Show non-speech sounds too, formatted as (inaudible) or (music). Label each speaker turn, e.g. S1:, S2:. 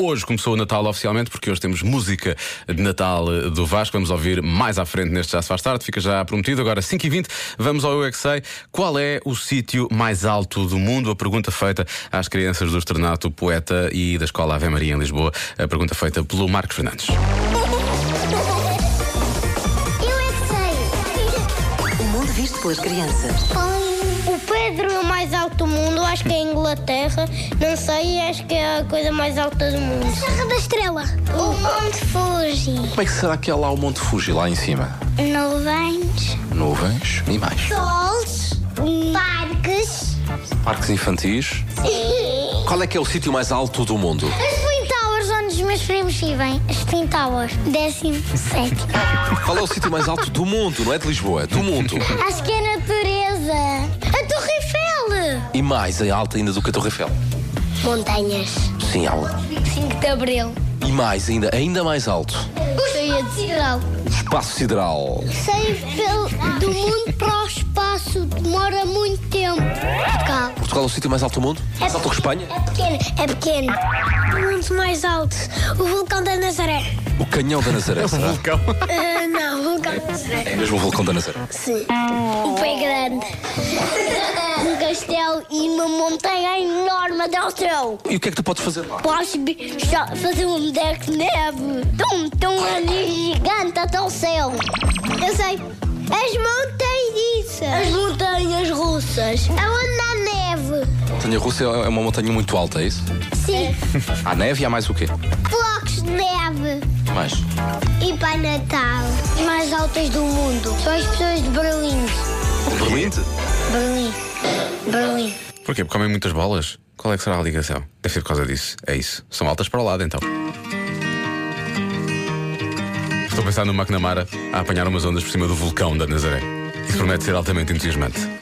S1: Hoje começou o Natal oficialmente, porque hoje temos música de Natal eh, do Vasco. Vamos ouvir mais à frente neste Já Se Faz Tarde, fica já prometido. Agora, 5h20, vamos ao Eu é Que Sei. Qual é o sítio mais alto do mundo? A pergunta feita às crianças do Externato Poeta e da Escola Ave Maria em Lisboa. A pergunta feita pelo Marcos Fernandes.
S2: Eu é que sei.
S3: O mundo visto pelas crianças.
S2: O Pedro é o mais alto do mundo, acho que é a Inglaterra. Não sei, acho que é a coisa mais alta do mundo. A Serra da Estrela. O Monte Fuji.
S4: Como é que será que é lá o Monte Fuji, lá em cima?
S2: Nuvens.
S4: Nuvens e mais.
S2: Sols. Parques.
S4: Parques infantis.
S2: As
S4: Qual é que é o sítio mais alto do mundo?
S2: Twin Towers, onde os meus primos vivem. As Twin Towers. Décimo sétimo.
S4: Qual é o sítio mais alto do mundo? Não é de Lisboa, é do mundo.
S2: acho que é a natureza. A Torre Eiffel.
S4: E mais é alta ainda do que a Torre Eiffel.
S2: Montanhas.
S4: Sim, há um.
S2: 5 de Abril.
S4: E mais ainda, ainda mais alto.
S2: Eu ia dizer algo.
S4: O espaço sideral.
S2: Sair pelo- do mundo para o espaço demora muito tempo. Calma.
S4: Portugal é o sítio mais alto do mundo? Mais alto que Espanha?
S2: É pequeno, é pequeno. O mundo mais alto, o vulcão da Nazaré. Ah,
S4: O canhão da Nazaré. será?
S2: não, o vulcão da Nazaré.
S4: É mesmo o vulcão da Nazaré.
S2: Sim. O pé grande. um castelo e uma montanha enorme até ao céu.
S4: E o que é que tu podes fazer lá?
S2: Posso bi- só fazer um deck de neve. Tum, tum, ali gigante até o céu. Eu sei. As montanhas As montanhas russas. Aonde há neve.
S4: Montanha russa é uma montanha muito alta, é isso?
S2: Sim.
S4: Há neve e há mais o quê?
S2: (laughs) Blocos de neve.
S4: Mais.
S2: E Pai Natal. As mais altas do mundo. São as pessoas de Berlim.
S4: Berlim?
S2: Berlim. Berlim.
S1: Porquê? Porque comem muitas bolas? Qual é que será a ligação? Deve ser por causa disso. É isso. São altas para o lado, então. Estou a pensar no McNamara a apanhar umas ondas por cima do vulcão da Nazaré. Isso promete ser altamente entusiasmante.